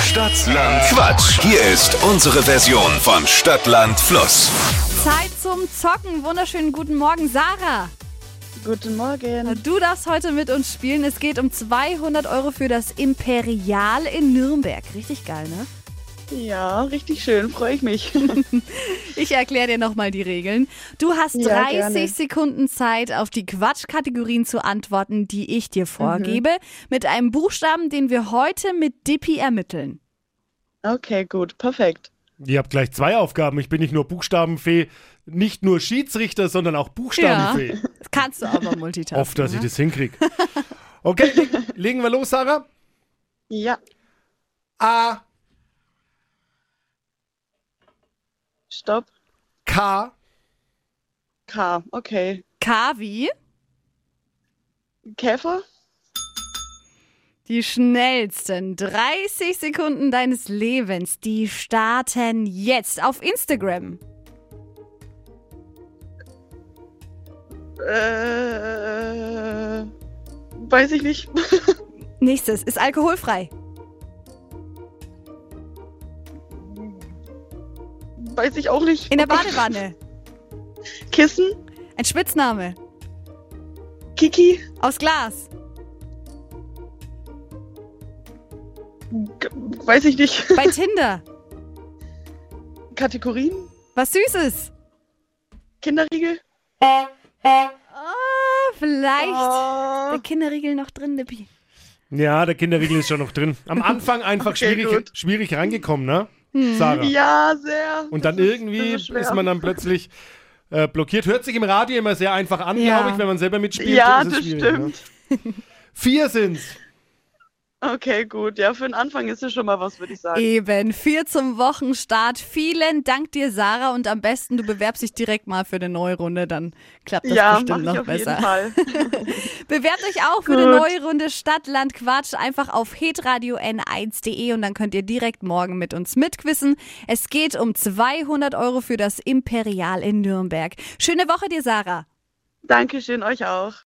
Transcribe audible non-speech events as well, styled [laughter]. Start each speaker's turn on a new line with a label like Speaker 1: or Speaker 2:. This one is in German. Speaker 1: Stadtland Quatsch. Hier ist unsere Version von Stadtland Fluss.
Speaker 2: Zeit zum Zocken. Wunderschönen guten Morgen, Sarah.
Speaker 3: Guten Morgen.
Speaker 2: Du darfst heute mit uns spielen. Es geht um 200 Euro für das Imperial in Nürnberg. Richtig geil, ne?
Speaker 3: Ja, richtig schön, freue ich mich. [laughs]
Speaker 2: Ich erkläre dir nochmal die Regeln. Du hast
Speaker 3: Ja,
Speaker 2: 30
Speaker 3: gerne.
Speaker 2: Sekunden Zeit, auf die Quatschkategorien zu antworten, die ich dir vorgebe,
Speaker 3: Mhm.
Speaker 2: mit einem Buchstaben, den wir heute mit Dippy ermitteln.
Speaker 3: Okay, gut, perfekt.
Speaker 4: Ihr habt gleich zwei Aufgaben. Ich bin nicht nur Buchstabenfee, nicht nur Schiedsrichter, sondern auch Buchstabenfee.
Speaker 2: Das kannst du
Speaker 4: [laughs]
Speaker 2: aber multitasken.
Speaker 4: Oft, dass ich
Speaker 2: ne?
Speaker 4: das hinkriege. Okay, leg- legen wir los, Sarah.
Speaker 3: Ja,
Speaker 4: A,
Speaker 3: stopp.
Speaker 4: K,
Speaker 3: K, okay.
Speaker 2: Kavi,
Speaker 3: Käfer?
Speaker 2: die schnellsten 30 Sekunden deines Lebens, die starten jetzt auf Instagram.
Speaker 3: Äh, weiß ich nicht. [laughs]
Speaker 2: Nächstes ist alkoholfrei.
Speaker 3: weiß ich auch nicht.
Speaker 2: In der Badewanne.
Speaker 3: Kissen?
Speaker 2: Ein Spitzname.
Speaker 3: Kiki?
Speaker 2: Aus Glas.
Speaker 3: G weiß ich nicht. [laughs]
Speaker 2: Bei Tinder.
Speaker 3: Kategorien?
Speaker 2: Was Süßes.
Speaker 3: Kinderriegel?
Speaker 2: Ah, vielleicht.
Speaker 3: Ah,
Speaker 2: Der Kinderriegel noch drin, Lippi.
Speaker 4: Ja, der Kinderriegel ist schon noch drin. Am Anfang einfach
Speaker 3: Okay,
Speaker 4: schwierig,
Speaker 3: gut. Hm.
Speaker 4: schwierig reingekommen, ne? Sarah.
Speaker 3: ja, sehr.
Speaker 4: Und dann
Speaker 3: Das ist-
Speaker 4: irgendwie
Speaker 3: das
Speaker 4: ist,
Speaker 3: schwer.
Speaker 4: man dann plötzlich äh, blockiert. Hört sich im Radio immer sehr einfach an,
Speaker 2: Ja.
Speaker 4: glaube ich, wenn man selber mitspielt.
Speaker 3: Ja,
Speaker 4: ist es
Speaker 3: das
Speaker 4: schwierig, ne?
Speaker 3: stimmt.
Speaker 4: Vier sind's.
Speaker 3: Okay, gut. Ja, für den Anfang ist es schon mal was, würde ich sagen.
Speaker 2: Eben, vier zum Wochenstart. Vielen Dank dir, Sarah. Und am besten, du bewerbst dich direkt mal für eine neue Runde, dann klappt das
Speaker 3: ja, mach
Speaker 2: bestimmt
Speaker 3: ich
Speaker 2: noch
Speaker 3: auf
Speaker 2: besser. [laughs]
Speaker 3: jeden Fall.
Speaker 2: Bewerbt euch auch für
Speaker 3: Gut.
Speaker 2: eine neue Runde Stadtland Quatsch einfach auf hitradio n1.de und dann könnt ihr direkt morgen mit uns mitquissen. Es geht um 200 Euro für das Imperial in Nürnberg. Schöne Woche dir, Sarah.
Speaker 3: Dankeschön, euch auch.